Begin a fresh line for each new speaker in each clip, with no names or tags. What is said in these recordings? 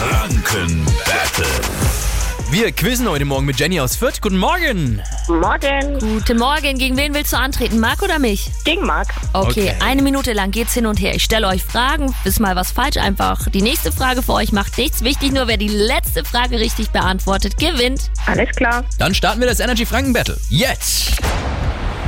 Franken Battle.
Wir quizzen heute Morgen mit Jenny aus Fürth. Guten Morgen.
Morgen,
Guten Morgen, gegen wen willst du antreten? Marc oder mich?
gegen Marc.
Okay,
Okay.
eine Minute lang geht's hin und her. Ich stelle euch Fragen, ist mal was falsch einfach. Die nächste Frage für euch macht nichts. Wichtig nur, wer die letzte Frage richtig beantwortet, gewinnt.
Alles klar.
Dann starten wir das Energy Franken Battle. Jetzt.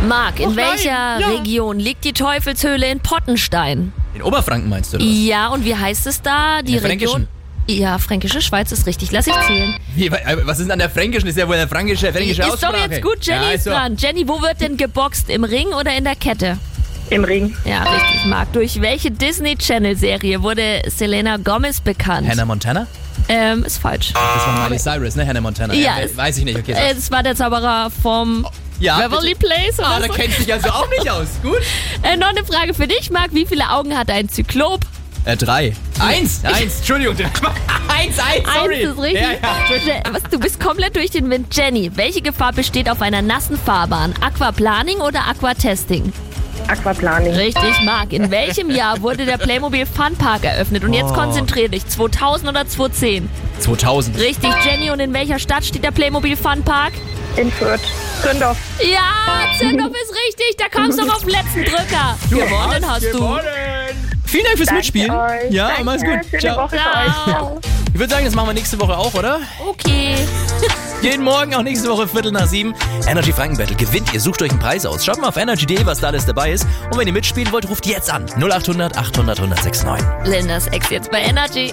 Marc, in welcher Region liegt die Teufelshöhle in Pottenstein?
In Oberfranken meinst du? Oder? was?
Ja, und wie heißt es da? Die
In der
Region? Ja, Fränkische Schweiz ist richtig. Lass ich zählen.
Wie, wa- äh, was ist denn an der Fränkischen? Ist ja wohl eine fränkische, fränkische
ist
Aussprache.
doch jetzt gut, Jenny
ja, also,
ist
so.
dran. Jenny, wo wird denn geboxt? Im Ring oder in der Kette?
Im Ring.
Ja, richtig, Marc. Durch welche Disney Channel Serie wurde Selena Gomez bekannt?
Hannah Ah, Montana?
Ähm, ist falsch.
Das war Miley Cyrus, ne? Hannah Montana.
Ah. Ja,
we-
es-
weiß ich nicht. Okay, so.
Äh, Es war der Zauberer vom
ja,
Beverly
bitte.
Place. Oder
Oh, Ah, da
so.
kennst du dich also auch nicht aus. Gut.
äh, noch eine Frage für dich, Marc. Wie viele Augen hat ein Zyklop?
Äh, drei. Eins. Eins. Entschuldigung. eins, eins. Sorry.
Eins ist richtig.
Ja, ja.
Äh, Was, du bist komplett durch den Wind. Jenny, welche Gefahr besteht auf einer nassen Fahrbahn? Aquaplaning oder Aquatesting?
Aquaplaning.
Richtig, Marc. In welchem Jahr wurde der Playmobil Fun Park eröffnet? Und
Oh.
jetzt konzentrier dich. 2000 oder 2010?
2000.
Richtig, Jenny. Und in welcher Stadt steht der Playmobil Fun Park?
In Fürth. Gründorf.
Ja, Zendorf ist richtig. Da kamst du noch auf den letzten Drücker. Gewonnen hast du.
Vielen Dank fürs Mitspielen.
Euch.
Ja,
Danke.
mach's gut.
Schöne
Ciao.
Woche für euch.
Ciao.
Ciao.
Ich würde sagen, das machen wir nächste Woche auch, oder?
Okay.
Jeden Morgen, auch nächste Woche Viertel nach sieben. Energy Franken Battle gewinnt. Ihr sucht euch einen Preis aus. Schaut mal auf energy.de, was da alles dabei ist. Und wenn ihr mitspielen wollt, ruft jetzt an. 0800 800 1069.
Lindas Ex jetzt bei Energy.